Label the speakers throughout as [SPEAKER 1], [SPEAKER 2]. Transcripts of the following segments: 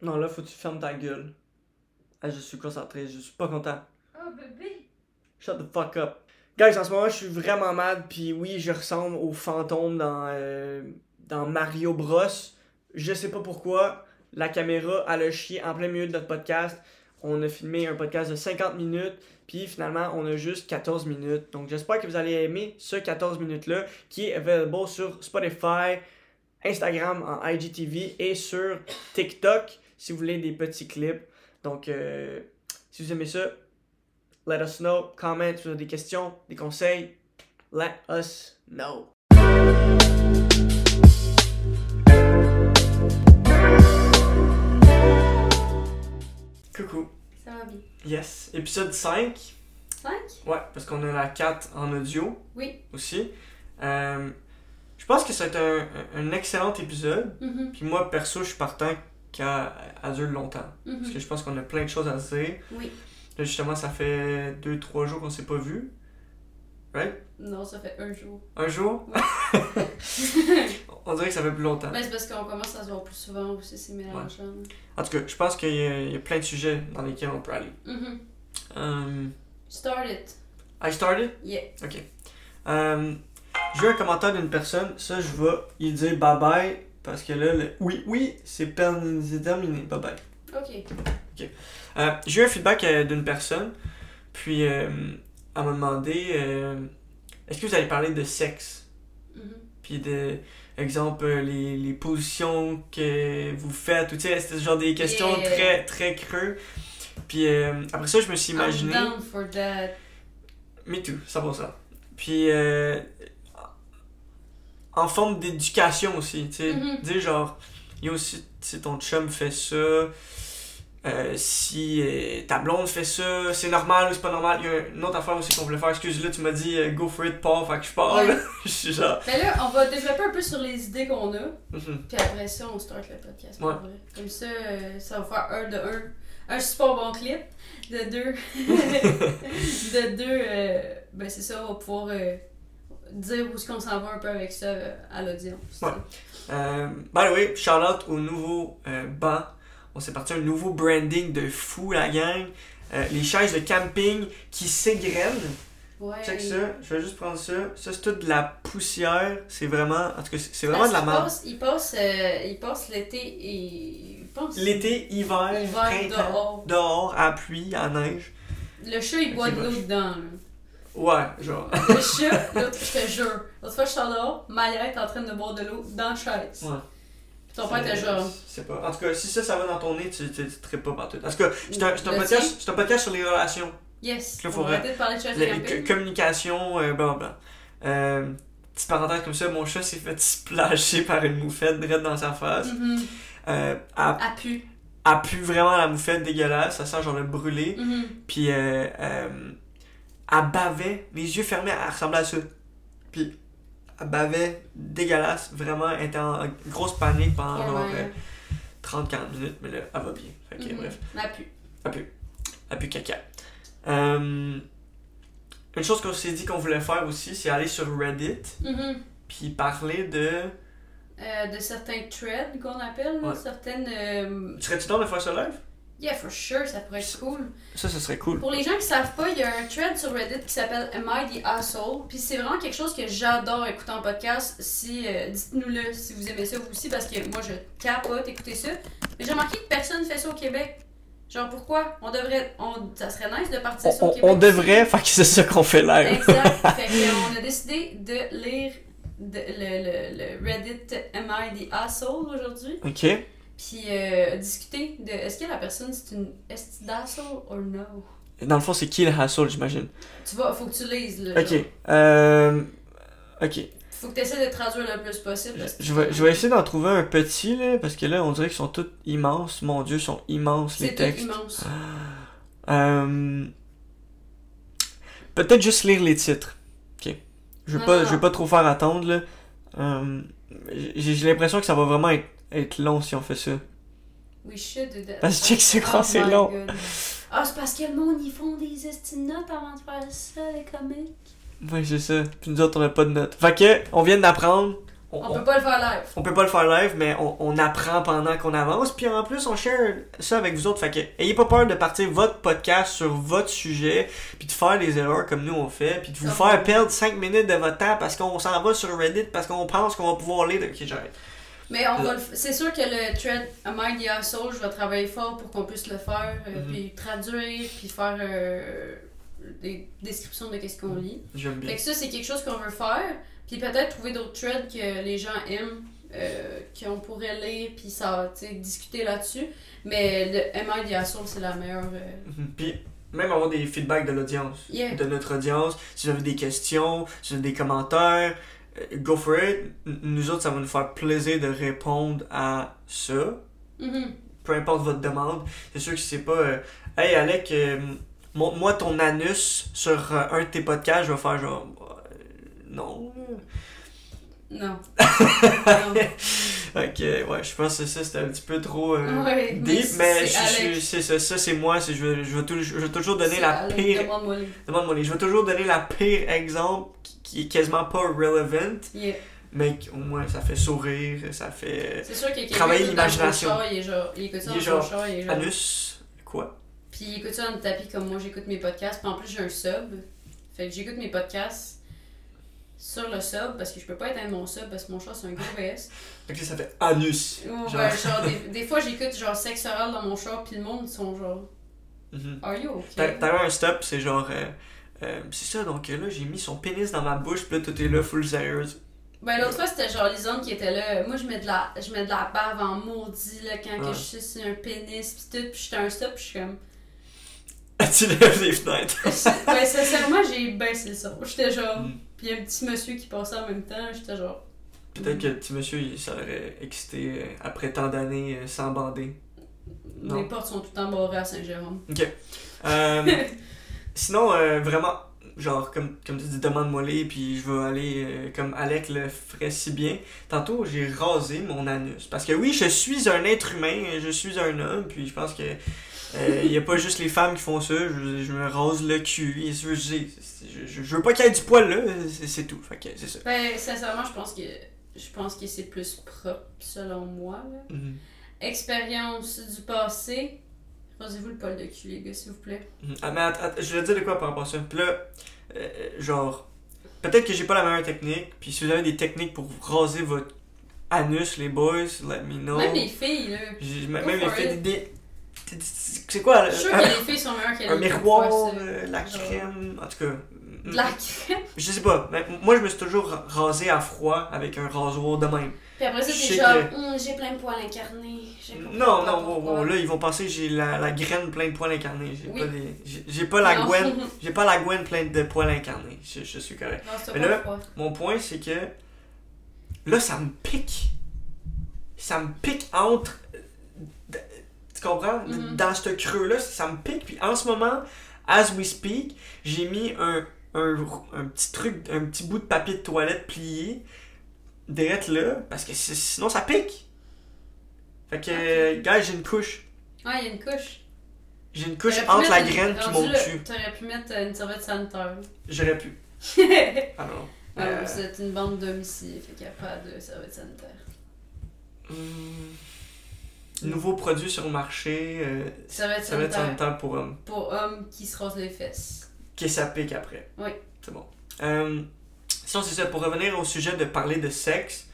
[SPEAKER 1] Non, là, faut que tu fermes ta gueule. Ah, je suis concentré, je suis pas content.
[SPEAKER 2] Oh bébé!
[SPEAKER 1] Shut the fuck up. Guys, en ce moment, je suis vraiment mad, puis oui, je ressemble au fantôme dans, euh, dans Mario Bros. Je sais pas pourquoi, la caméra a le chier en plein milieu de notre podcast. On a filmé un podcast de 50 minutes, puis finalement, on a juste 14 minutes. Donc, j'espère que vous allez aimer ce 14 minutes-là, qui est available sur Spotify, Instagram en IGTV et sur TikTok, si vous voulez des petits clips. Donc, euh, si vous aimez ça, Let us know. Comment, si vous avez des questions, des conseils, let us know. Coucou.
[SPEAKER 2] Ça va bien.
[SPEAKER 1] Yes. Épisode 5.
[SPEAKER 2] 5?
[SPEAKER 1] Ouais, parce qu'on a la 4 en audio
[SPEAKER 2] Oui.
[SPEAKER 1] aussi. Euh, je pense que c'est un, un excellent épisode.
[SPEAKER 2] Mhm,
[SPEAKER 1] Puis moi, perso, je suis partant qu'à à dure longtemps.
[SPEAKER 2] mhm.
[SPEAKER 1] Parce que je pense qu'on a plein de choses à se dire.
[SPEAKER 2] Oui.
[SPEAKER 1] Là, justement, ça fait 2-3 jours qu'on s'est pas vu.
[SPEAKER 2] Non, ça fait un jour.
[SPEAKER 1] Un jour,
[SPEAKER 2] Mais
[SPEAKER 1] on dirait que ça fait plus longtemps.
[SPEAKER 2] c'est parce qu'on commence à se voir plus souvent aussi, c'est mélangeant.
[SPEAKER 1] En tout cas, je pense qu'il y, a- il y a plein de sujets dans lesquels on peut aller.
[SPEAKER 2] Mhm.
[SPEAKER 1] Um,
[SPEAKER 2] Start it.
[SPEAKER 1] I started?
[SPEAKER 2] Yeah.
[SPEAKER 1] Ok. Um, J'ai eu un commentaire d'une personne, ça je vais y dire bye bye parce que là, le oui, oui, c'est per- c'est terminé, bye bye.
[SPEAKER 2] Ok.
[SPEAKER 1] Euh, J'ai eu un feedback euh, d'une personne, puis euh, elle m'a demandé euh, est-ce que vous allez parler de sexe
[SPEAKER 2] Mhm.
[SPEAKER 1] puis de exemple euh, les, les positions que vous faites ou tu sais c'était genre des questions
[SPEAKER 2] Yeah.
[SPEAKER 1] très très creux puis euh, après ça je me suis imaginé
[SPEAKER 2] I'm down for that.
[SPEAKER 1] mais tout 100% puis euh, en forme d'éducation aussi tu sais
[SPEAKER 2] Mhm.
[SPEAKER 1] dire genre yo si, si ton chum fait ça euh, si euh, ta blonde fait ça, c'est normal ou c'est pas normal. Il y a une autre affaire aussi qu'on voulait faire. Excuse-le, tu m'as dit euh, go for it, Paul. Fait que je parle.
[SPEAKER 2] Ouais.
[SPEAKER 1] je suis genre.
[SPEAKER 2] Mais là, on va développer un peu sur les idées qu'on a,
[SPEAKER 1] Mhm.
[SPEAKER 2] puis après ça, on start le podcast. pour
[SPEAKER 1] Ouais.
[SPEAKER 2] vrai. Comme ça, euh, ça va faire un de un. Un super bon clip, de deux. de deux, euh, ben c'est ça, on va pouvoir euh, dire où est-ce qu'on s'en va un peu avec ça euh, à l'audience.
[SPEAKER 1] Ouais. Euh, by the way, shout out au nouveau euh, banc. On s'est parti un nouveau branding de fou, la gang. Euh, les chaises de camping qui s'égrènent.
[SPEAKER 2] Ouais.
[SPEAKER 1] Check ça, je vais juste prendre ça. Ça, c'est toute de la poussière. C'est vraiment. En tout cas, c'est c'est vraiment
[SPEAKER 2] Parce
[SPEAKER 1] de la
[SPEAKER 2] qu'il
[SPEAKER 1] merde.
[SPEAKER 2] passe- Il passe, euh, il passe l'été et. Il passe.
[SPEAKER 1] L'été, hiver,
[SPEAKER 2] Hiver,
[SPEAKER 1] printemps,
[SPEAKER 2] dehors.
[SPEAKER 1] à la pluie, à la neige.
[SPEAKER 2] Le chat, il boit
[SPEAKER 1] C'est
[SPEAKER 2] de l'eau
[SPEAKER 1] moche.
[SPEAKER 2] dedans. là.
[SPEAKER 1] Ouais, genre.
[SPEAKER 2] Le chat, l'autre, je te jure. L'autre fois, je suis en dehors, Maya est en train de boire de l'eau dans la chaise.
[SPEAKER 1] Ouais.
[SPEAKER 2] Puis ton père était genre.
[SPEAKER 1] C'est pas. En tout cas, si ça, ça va dans ton nez, tu tu- tu tripes pas partout. En tout cas, c'est un, c'est un
[SPEAKER 2] Le
[SPEAKER 1] podcast- c'est un podcast sur les relations.
[SPEAKER 2] Yes.
[SPEAKER 1] Là,
[SPEAKER 2] on
[SPEAKER 1] faut
[SPEAKER 2] va arrêter de parler de chaise de
[SPEAKER 1] La- que-
[SPEAKER 2] camping.
[SPEAKER 1] communication, euh, blablabla. Euh, petite parenthèse comme ça, mon chat s'est fait splasher par une moufette direct dans sa face.
[SPEAKER 2] Mhm.
[SPEAKER 1] Euh, elle,
[SPEAKER 2] À pu.
[SPEAKER 1] elle pue vraiment la moufette dégueulasse, ça sent genre le brûlé.
[SPEAKER 2] Mhm.
[SPEAKER 1] Puis euh, euh, elle bavait, les yeux fermés, elle ressemblait à ça. Puis elle bavait dégueulasse, vraiment, elle était en grosse panique pendant
[SPEAKER 2] Ouais,
[SPEAKER 1] genre
[SPEAKER 2] ouais.
[SPEAKER 1] 30-40 minutes, mais là, elle va bien. Fait que,
[SPEAKER 2] Mhm.
[SPEAKER 1] bref.
[SPEAKER 2] À pu.
[SPEAKER 1] Ah, puis caca. Euh, une chose qu'on s'est dit qu'on voulait faire aussi, c'est aller sur Reddit,
[SPEAKER 2] Mhm.
[SPEAKER 1] puis parler de...
[SPEAKER 2] Euh, de certains threads qu'on appelle, là,
[SPEAKER 1] Ouais.
[SPEAKER 2] certaines. euh,
[SPEAKER 1] Serais-tu dans de faire ça live?
[SPEAKER 2] Yeah, for sure, ça pourrait être cool.
[SPEAKER 1] Ça, ce serait cool.
[SPEAKER 2] Pour les gens qui savent pas, il y a un thread sur Reddit qui s'appelle Am I the Asshole? Puis c'est vraiment quelque chose que j'adore écouter en podcast. Si, euh, dites-nous-le si vous aimez ça vous aussi, parce que moi je capote écouter ça. Mais j'ai remarqué que personne fait ça au Québec. Genre pourquoi? On devrait. On, ça serait nice de partir ça au Québec.
[SPEAKER 1] faire que c'est ça qu'on fait
[SPEAKER 2] Exact. fait qu'on a décidé de lire de- le, le- le Reddit Am I the Asshole aujourd'hui.
[SPEAKER 1] ok.
[SPEAKER 2] Puis euh, discuter de est-ce que la personne c'est une. Est-ce d'asshole ou non?
[SPEAKER 1] Dans le fond, c'est qui le hassle, j'imagine.
[SPEAKER 2] Tu vois, faut que tu lises là.
[SPEAKER 1] Ok. Euh... Ok.
[SPEAKER 2] Faut que tu essaies de traduire le plus possible.
[SPEAKER 1] Je,
[SPEAKER 2] parce que-
[SPEAKER 1] je vais, je vais essayer d'en trouver un petit, là, parce que là, on dirait qu'ils sont tous immenses. Mon Dieu, ils sont immenses, les
[SPEAKER 2] C'est tout
[SPEAKER 1] textes.
[SPEAKER 2] immense.
[SPEAKER 1] Euh, Peut-être juste lire les titres. Ok. Je vais
[SPEAKER 2] Non,
[SPEAKER 1] pas,
[SPEAKER 2] non,
[SPEAKER 1] je vais
[SPEAKER 2] non.
[SPEAKER 1] pas trop faire attendre là. Euh, J'ai j'ai l'impression que ça va vraiment être, être long si on fait ça.
[SPEAKER 2] We should do that.
[SPEAKER 1] Parce que check c'est grand,
[SPEAKER 2] Oh
[SPEAKER 1] c'est
[SPEAKER 2] my
[SPEAKER 1] long.
[SPEAKER 2] God. Ah, c'est parce que le monde, ils font des estinotes avant de faire ça, les comiques.
[SPEAKER 1] Ouais, c'est ça. Puis nous autres, on a pas de notes. Fait que, on vient d'apprendre. on,
[SPEAKER 2] On peut pas le faire live.
[SPEAKER 1] on peut pas le faire live, mais on, on apprend pendant qu'on avance. Puis en plus, on share ça avec vous autres. Fait que, ayez pas peur de partir votre podcast sur votre sujet, puis de faire des erreurs comme nous on fait, puis de vous
[SPEAKER 2] Ça va.
[SPEAKER 1] faire perdre 5 minutes de votre temps parce qu'on s'en va sur Reddit, parce qu'on pense qu'on va pouvoir lire. Ok, j'arrête.
[SPEAKER 2] Mais on va le f- c'est sûr que le thread A Mind the Asshole, je vais travailler fort pour qu'on puisse le faire, euh,
[SPEAKER 1] Mhm.
[SPEAKER 2] puis traduire, puis faire euh, des descriptions de qu'est-ce qu'on lit.
[SPEAKER 1] J'aime bien.
[SPEAKER 2] Fait que ça, c'est quelque chose qu'on veut faire, puis peut-être trouver d'autres threads que les gens aiment, euh, qu'on pourrait lire, puis ça, tu sais, discuter là-dessus. Mais le A Mind the Asshole, c'est la meilleure. euh,
[SPEAKER 1] Mhm. Puis même avoir des feedbacks de l'audience,
[SPEAKER 2] Yeah.
[SPEAKER 1] de notre audience. Si vous avez des questions, si vous avez des commentaires, euh, go for it. N- Nous autres, ça va nous faire plaisir de répondre à ça.
[SPEAKER 2] Mhm.
[SPEAKER 1] peu importe votre demande. C'est sûr que c'est pas euh, Hey Alec, euh, montre-moi ton anus sur euh, un de tes podcasts, je vais faire genre euh, non.
[SPEAKER 2] Non. non.
[SPEAKER 1] Ok, ouais, je pense que ça c'était un petit peu trop euh,
[SPEAKER 2] Ouais,
[SPEAKER 1] deep,
[SPEAKER 2] mais c'est-
[SPEAKER 1] mais
[SPEAKER 2] c'est
[SPEAKER 1] je- je-
[SPEAKER 2] Alec.
[SPEAKER 1] c'est ça, ça c'est moi, c'est- je vais, je vais tou- je vais toujours donner
[SPEAKER 2] C'est
[SPEAKER 1] la
[SPEAKER 2] Alec,
[SPEAKER 1] pire.
[SPEAKER 2] demande-moi les-
[SPEAKER 1] Demande-moi, les- je vais toujours donner la pire exemple qui, qui est quasiment pas relevant,
[SPEAKER 2] Yeah.
[SPEAKER 1] mais qui, au moins ça fait sourire, ça fait
[SPEAKER 2] C'est sûr qu'il y a quelqu'un
[SPEAKER 1] Travailler
[SPEAKER 2] dans le
[SPEAKER 1] l'imagination.
[SPEAKER 2] char, Il est genre, il écoute
[SPEAKER 1] Il
[SPEAKER 2] ça
[SPEAKER 1] est
[SPEAKER 2] dans son
[SPEAKER 1] genre,
[SPEAKER 2] char, il est genre-
[SPEAKER 1] anus quoi.
[SPEAKER 2] Puis il écoute ça dans le tapis comme moi, j'écoute mes podcasts. Puis en plus, j'ai un sub. Fait que j'écoute mes podcasts sur le sub parce que je peux pas éteindre mon sub parce que mon chat c'est un gros BS.
[SPEAKER 1] Ok, ça fait anus.
[SPEAKER 2] Ou,
[SPEAKER 1] Genre.
[SPEAKER 2] euh, genre, des, des fois, j'écoute genre sexe oral dans mon chat, puis le monde ils sont genre,
[SPEAKER 1] Mhm.
[SPEAKER 2] Are you okay?
[SPEAKER 1] T'as- T'avais un stop, c'est genre. euh, euh, c'est ça, donc euh, là, j'ai mis son pénis dans ma bouche, puis là, tout est là, full sérieuse.
[SPEAKER 2] Ben l'autre fois c'était genre Lisande qui était là. Moi je mets de la je mets de la bave en maudit là quand que
[SPEAKER 1] Ouais.
[SPEAKER 2] je suis sur un pénis pis tout pis j'étais un stop pis je suis comme
[SPEAKER 1] tu lèves les fenêtres.
[SPEAKER 2] ben sincèrement j'ai baissé le son. J'étais genre
[SPEAKER 1] Mm.
[SPEAKER 2] pis y a un petit monsieur qui passait en même temps, j'étais genre
[SPEAKER 1] Peut-être que le petit monsieur, il serait excité euh, après tant d'années euh, sans bander.
[SPEAKER 2] les
[SPEAKER 1] Non.
[SPEAKER 2] portes sont tout le temps barrées à Saint-Jérôme.
[SPEAKER 1] Euh, sinon, euh, vraiment, genre, comme, comme tu dis, demande-moi les, puis je vais aller euh, comme Alec le ferait si bien. Tantôt, j'ai rasé mon anus. Parce que oui, je suis un être humain, je suis un homme, puis je pense que. euh, Il n'y a pas juste les femmes qui font ça, je, je me rase le cul, et ce que je dis, c'est- je, je- je veux pas qu'il y ait du poil là, c'est c'est tout, fait que c'est ça.
[SPEAKER 2] Ben sincèrement je pense que je pense que c'est plus propre selon moi. là.
[SPEAKER 1] Mhm.
[SPEAKER 2] Expérience du passé. Rasez-vous le poil de cul les gars s'il vous plaît.
[SPEAKER 1] Mhm. Ah, mais att- att- je vais dire de quoi par rapport à ça. Puis là, euh, genre, peut-être que j'ai pas la meilleure technique. Puis si vous avez des techniques pour raser votre anus, les boys, let me know.
[SPEAKER 2] Même les filles là.
[SPEAKER 1] J'ai- Même les
[SPEAKER 2] for
[SPEAKER 1] filles,
[SPEAKER 2] it.
[SPEAKER 1] des- des- C'est quoi là?
[SPEAKER 2] Je suis sûre que les filles sont meilleures que les
[SPEAKER 1] Un
[SPEAKER 2] filles pour
[SPEAKER 1] miroir,
[SPEAKER 2] faire ça.
[SPEAKER 1] euh, la
[SPEAKER 2] Genre,
[SPEAKER 1] crème, en tout cas. mm,
[SPEAKER 2] De la crème.
[SPEAKER 1] Je sais pas, mais moi je me suis toujours ra- rasé à froid avec un rasoir de même.
[SPEAKER 2] Puis après ça,
[SPEAKER 1] Je
[SPEAKER 2] t'es
[SPEAKER 1] sais
[SPEAKER 2] genre, Hum, j'ai plein de poils incarnés. je comprends
[SPEAKER 1] Non,
[SPEAKER 2] pas
[SPEAKER 1] non, wow,
[SPEAKER 2] pourquoi.
[SPEAKER 1] wow, là ils vont penser que j'ai la, la graine pleine de poils incarnés. J'ai
[SPEAKER 2] Oui.
[SPEAKER 1] pas, des- j'ai- j'ai pas la
[SPEAKER 2] Non.
[SPEAKER 1] Gwen, j'ai pas la Gwen pleine de poils incarnés. Je, je suis correct.
[SPEAKER 2] Non, c'est
[SPEAKER 1] Mais
[SPEAKER 2] pas
[SPEAKER 1] là-
[SPEAKER 2] froid.
[SPEAKER 1] Mon point c'est que là ça me pique, ça me pique entre, d- tu comprends, D-
[SPEAKER 2] Mhm.
[SPEAKER 1] dans ce creux là ça me pique. Puis en ce moment, as we speak, j'ai mis un, un, un petit truc, un petit bout de papier de toilette plié direct là parce que c'est- sinon ça pique. Fait que,
[SPEAKER 2] Ok.
[SPEAKER 1] gars, j'ai une couche.
[SPEAKER 2] Ah, il y a une couche.
[SPEAKER 1] J'ai une couche
[SPEAKER 2] T'aurais pu
[SPEAKER 1] entre la
[SPEAKER 2] mettre une-
[SPEAKER 1] graine puis
[SPEAKER 2] rendu
[SPEAKER 1] mon
[SPEAKER 2] là,
[SPEAKER 1] cul.
[SPEAKER 2] T'aurais pu mettre euh, une serviette sanitaire.
[SPEAKER 1] J'aurais pu. Ah Euh,
[SPEAKER 2] Ouais,
[SPEAKER 1] Alors.
[SPEAKER 2] mais Ah, C'est une bande domicile, fait qu'il n'y a pas de serviette sanitaire.
[SPEAKER 1] Hmm. Nouveau produit sur le marché. euh,
[SPEAKER 2] Serviette
[SPEAKER 1] ça va être
[SPEAKER 2] sanitaire
[SPEAKER 1] sanitaire pour euh, hommes.
[SPEAKER 2] pour hommes qui se rasent les fesses.
[SPEAKER 1] Que ça pique après.
[SPEAKER 2] Oui.
[SPEAKER 1] C'est bon. Euh, sinon, c'est ça. Pour revenir au sujet de parler de sexe,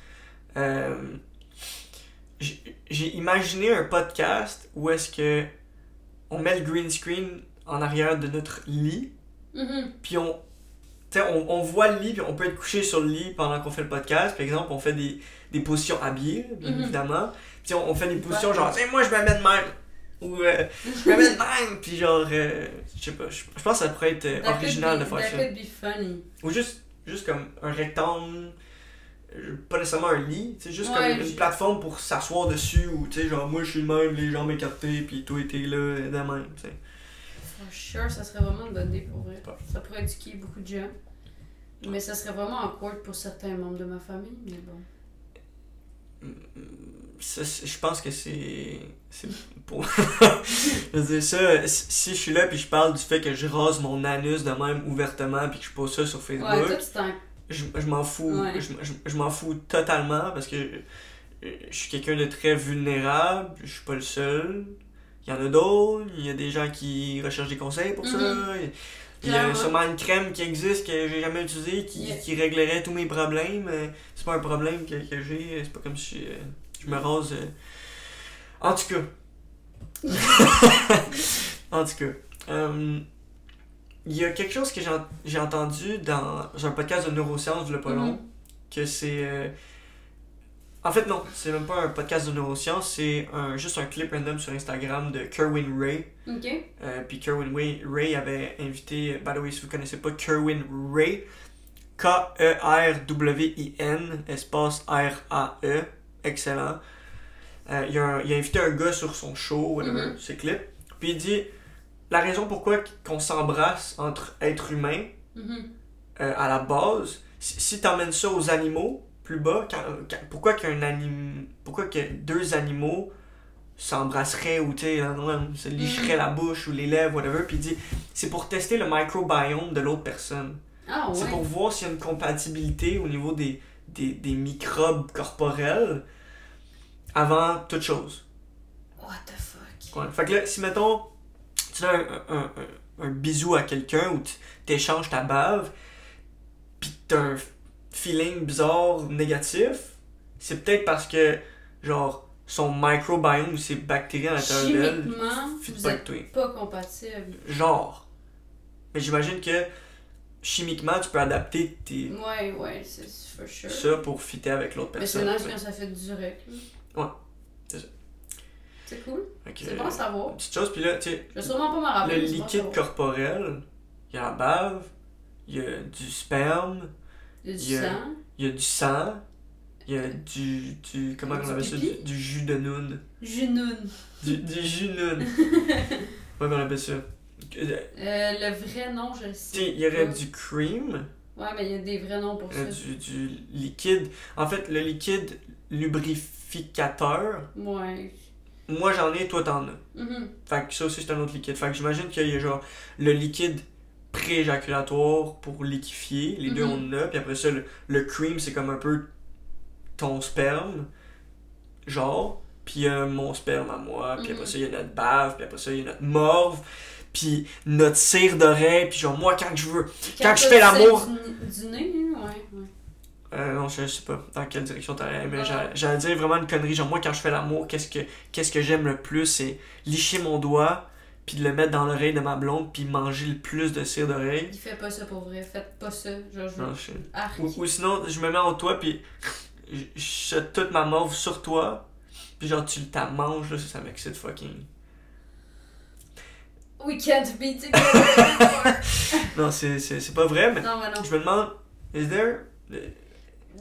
[SPEAKER 1] euh, j'ai j'ai imaginé un podcast où est-ce que on met le green screen en arrière de notre lit,
[SPEAKER 2] Mhm.
[SPEAKER 1] puis on, tu sais, on, on voit le lit, puis on peut être couché sur le lit pendant qu'on fait le podcast. Par exemple, on fait des, des positions habillées, bien
[SPEAKER 2] Mhm.
[SPEAKER 1] évidemment. Puis on, on fait des
[SPEAKER 2] Pas-
[SPEAKER 1] positions genre, Tiens, moi je me mets de même. Ou euh, je me mets de même. Puis genre, euh, je sais pas, je je pense que ça pourrait être euh,
[SPEAKER 2] That
[SPEAKER 1] original de
[SPEAKER 2] could be-
[SPEAKER 1] faire ça.
[SPEAKER 2] That could be funny.
[SPEAKER 1] Ou juste, juste comme un rectangle, euh, pas nécessairement un lit, c'est juste
[SPEAKER 2] Ouais,
[SPEAKER 1] comme une
[SPEAKER 2] j'ai-
[SPEAKER 1] plateforme pour s'asseoir dessus. Ou tu sais, genre, moi je suis le même, les jambes écartées, puis toi t'es là, euh, de même. tu sais.
[SPEAKER 2] For sure, ça serait vraiment une bonne idée pour vrai.
[SPEAKER 1] Ouais.
[SPEAKER 2] Ça pourrait éduquer beaucoup de gens. Mais ça serait vraiment awkward pour certains membres de ma famille, mais bon.
[SPEAKER 1] Ça, c'est- je pense que c'est. C'est pour. je veux dire, ça, si si je suis là puis je parle du fait que je rase mon anus de même ouvertement puis que je pose ça sur
[SPEAKER 2] Ouais,
[SPEAKER 1] Facebook,
[SPEAKER 2] toi, tu t'en
[SPEAKER 1] je, je m'en fous
[SPEAKER 2] Ouais.
[SPEAKER 1] je, je- je m'en fous totalement parce que euh, je suis quelqu'un de très vulnérable je suis pas le seul il y en a d'autres il y a des gens qui recherchent des conseils pour ça
[SPEAKER 2] Mhm.
[SPEAKER 1] il y a
[SPEAKER 2] Clairement.
[SPEAKER 1] sûrement une crème qui existe que j'ai jamais utilisée qui,
[SPEAKER 2] Yeah.
[SPEAKER 1] qui réglerait tous mes problèmes euh, c'est pas un problème que, que j'ai c'est pas comme si euh, je me rase euh. en tout cas en tout cas euh, il y a quelque chose que j'ai en- j'ai entendu dans j'ai un podcast de neurosciences, le pas long,
[SPEAKER 2] Mhm.
[SPEAKER 1] que c'est. euh, En fait, non, c'est même pas un podcast de neurosciences, c'est un, juste un clip random sur Instagram de Kerwin Ray.
[SPEAKER 2] Ok.
[SPEAKER 1] Euh, Puis Kerwin Ray, Ray avait invité, euh, by the way, si vous connaissez pas Kerwin Ray, E K-E-R-W-I-N, espace R-A-E, excellent. Euh, il, a un- il a invité un gars sur son show, whatever,
[SPEAKER 2] Mhm.
[SPEAKER 1] ses clips. Puis il dit la raison pourquoi qu'on s'embrasse entre êtres humains,
[SPEAKER 2] Mhm.
[SPEAKER 1] euh, à la base, si, si t'emmènes ça aux animaux plus bas, quand- quand- pourquoi qu'un anim, pourquoi que deux animaux s'embrasseraient ou tu sais, hein, ouais,
[SPEAKER 2] Mm.
[SPEAKER 1] se licheraient la bouche ou les lèvres, whatever, puis il dit c'est pour tester le microbiome de l'autre personne.
[SPEAKER 2] Ah ouais.
[SPEAKER 1] C'est pour voir s'il y a une compatibilité au niveau des, des, des microbes corporels avant toute chose.
[SPEAKER 2] What the fuck.
[SPEAKER 1] Ouais. Fait que là, si mettons, tu donnes un, un, un- un bisou à quelqu'un ou tu t'échanges ta bave, pis t'as un feeling bizarre, négatif, c'est peut-être parce que, genre, son microbiome ou ses bactéries à l'intérieur d'elle,
[SPEAKER 2] Chimiquement,
[SPEAKER 1] fit
[SPEAKER 2] vous
[SPEAKER 1] pas
[SPEAKER 2] êtes
[SPEAKER 1] avec toi.
[SPEAKER 2] pas compatible.
[SPEAKER 1] Genre. Mais j'imagine que, chimiquement, tu peux adapter tes,
[SPEAKER 2] Ouais, ouais, c'est c'est for sure.
[SPEAKER 1] ça pour fitter avec l'autre
[SPEAKER 2] Mais c'est
[SPEAKER 1] personne.
[SPEAKER 2] nice quand ça fait du direct. là.
[SPEAKER 1] Ouais. C'est ça.
[SPEAKER 2] C'est cool.
[SPEAKER 1] Fait que,
[SPEAKER 2] C'est bon à savoir.
[SPEAKER 1] une petite chose, puis là, tu sais,
[SPEAKER 2] Je vais sûrement pas m'en
[SPEAKER 1] Le
[SPEAKER 2] rappeler. Ah, mais c'est bon à
[SPEAKER 1] liquide
[SPEAKER 2] savoir.
[SPEAKER 1] corporel, il y a la bave, il y a du sperme,
[SPEAKER 2] Il y a du
[SPEAKER 1] Yeah.
[SPEAKER 2] sang.
[SPEAKER 1] il y a du sang, il y a du. du comment
[SPEAKER 2] Du
[SPEAKER 1] on appelle ça Du,
[SPEAKER 2] pipi?
[SPEAKER 1] du jus de noun.
[SPEAKER 2] Junoun.
[SPEAKER 1] Du, du jus de noun. ouais, mais on appelle ça. Euh,
[SPEAKER 2] Euh, le vrai nom, je le
[SPEAKER 1] tu
[SPEAKER 2] sais.
[SPEAKER 1] sais, Il y aurait
[SPEAKER 2] pas.
[SPEAKER 1] du cream,
[SPEAKER 2] Ouais, mais il y a des vrais noms pour ça.
[SPEAKER 1] euh, du, du liquide. En fait, le liquide lubrificateur,
[SPEAKER 2] Ouais.
[SPEAKER 1] moi j'en ai, toi t'en as.
[SPEAKER 2] Mhm.
[SPEAKER 1] Fait que ça aussi c'est un autre liquide. Fait que j'imagine qu'il y a genre le liquide pré-éjaculatoire pour liquéfier. Les deux
[SPEAKER 2] Mhm.
[SPEAKER 1] on en a. Puis après ça, le, le cream c'est comme un peu ton sperme. Genre. Puis il y a mon sperme à moi. Puis après
[SPEAKER 2] Mhm.
[SPEAKER 1] ça, il y a notre bave. Puis après ça, il y a notre morve. Puis notre cire d'oreille. Puis genre moi quand je veux. Quand je fais l'amour-
[SPEAKER 2] Du, du nez, hein, ouais. ouais.
[SPEAKER 1] Euh, non, je sais pas dans quelle direction t'allais, mais j'a- j'allais dire vraiment une connerie. Genre, moi, quand je fais l'amour, qu'est-ce que, qu'est-ce que j'aime le plus C'est licher mon doigt, puis de le mettre dans l'oreille de ma blonde, puis manger le plus de cire d'oreille.
[SPEAKER 2] Il fait pas ça pour vrai. Faites pas ça. Genre, je
[SPEAKER 1] Non,
[SPEAKER 2] veux.
[SPEAKER 1] je-
[SPEAKER 2] Arc.
[SPEAKER 1] Ou, ou sinon, je me mets en toi, puis je je jette toute ma morve sur toi, puis genre, tu la manges, là, ça, ça m'excite fucking.
[SPEAKER 2] We can't be together.
[SPEAKER 1] Non, c'est, c'est, c'est pas vrai, mais
[SPEAKER 2] non, mais non.
[SPEAKER 1] je me demande, is there.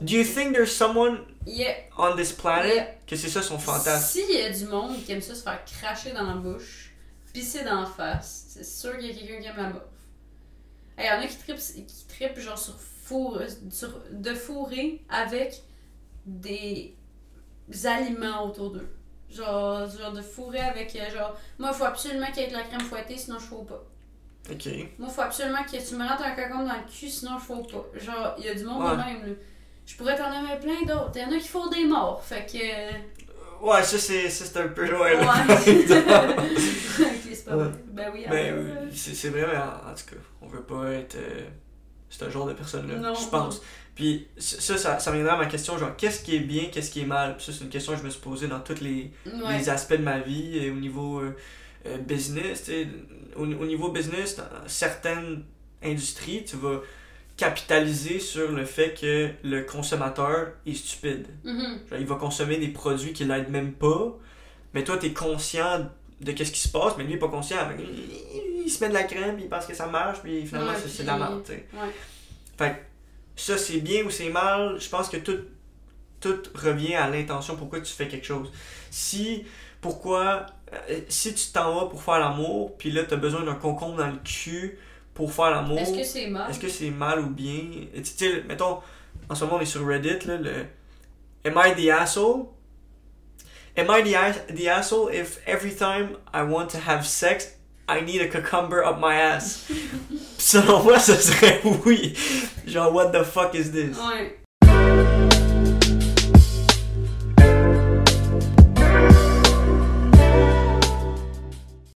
[SPEAKER 1] Do you think there's someone
[SPEAKER 2] Yeah.
[SPEAKER 1] on this planet
[SPEAKER 2] Yeah.
[SPEAKER 1] que c'est ça son fantasme
[SPEAKER 2] S'il y a du monde qui aime ça se faire cracher dans la bouche, pisser dans la face, c'est sûr qu'il y a quelqu'un qui aime la morve. Il y en a qui trippent, qui trippent genre sur, four, euh, sur de fourrer avec des aliments autour d'eux. Genre, genre de fourrer avec euh, genre moi faut absolument qu'il y ait de la crème fouettée sinon je fous pas.
[SPEAKER 1] Ok.
[SPEAKER 2] Moi faut absolument que tu me rentres un cocon dans le cul sinon je fous pas. Genre il y a du monde de
[SPEAKER 1] Ouais.
[SPEAKER 2] même là. Je pourrais t'en nommer plein d'autres. Il y en a qui font des morts. Fait que euh,
[SPEAKER 1] Ouais, ça c'est ça, c'est un peu loin là.
[SPEAKER 2] ok, c'est pas vrai. Ben oui,
[SPEAKER 1] Mais
[SPEAKER 2] alors,
[SPEAKER 1] euh, c'est c'est vrai, mais en, en tout cas, on veut pas être. euh, c'est un genre de personne-là,
[SPEAKER 2] Non.
[SPEAKER 1] je pense. Puis ça, ça, ça viendra à ma question genre, qu'est-ce qui est bien, qu'est-ce qui est mal Puis Ça, c'est une question que je me suis posée dans tous les,
[SPEAKER 2] euh, ouais.
[SPEAKER 1] les aspects de ma vie, et au niveau euh, euh, business. tu sais. Au, au niveau business, dans certaines industries, tu vas capitaliser sur le fait que le consommateur est stupide.
[SPEAKER 2] Mhm.
[SPEAKER 1] Genre, il va consommer des produits qui l'aident même pas. Mais toi, t'es conscient de qu'est-ce qui se passe, mais lui, il est pas conscient. Fait que, Il, il se met de la crème, puis il pense que ça marche, puis finalement,
[SPEAKER 2] Ouais,
[SPEAKER 1] c'est c'est
[SPEAKER 2] puis-
[SPEAKER 1] de la merde, tu sais.
[SPEAKER 2] Ouais.
[SPEAKER 1] Fait que ça, c'est bien ou c'est mal, je pense que tout, tout revient à l'intention pourquoi tu fais quelque chose. Si, pourquoi, euh, si tu t'en vas pour faire l'amour, puis là, t'as besoin d'un concombre dans le cul pour faire l'amour.
[SPEAKER 2] Est-ce que c'est mort?
[SPEAKER 1] Est-ce que c'est mal ou bien? Tu sais, mettons, en ce moment, on est sur Reddit, là, le Am I the asshole? Am I the, ass- the asshole if every time I want to have sex, I need a cucumber up my ass. Selon moi, ce serait oui. Genre, what the fuck is this?
[SPEAKER 2] Ouais.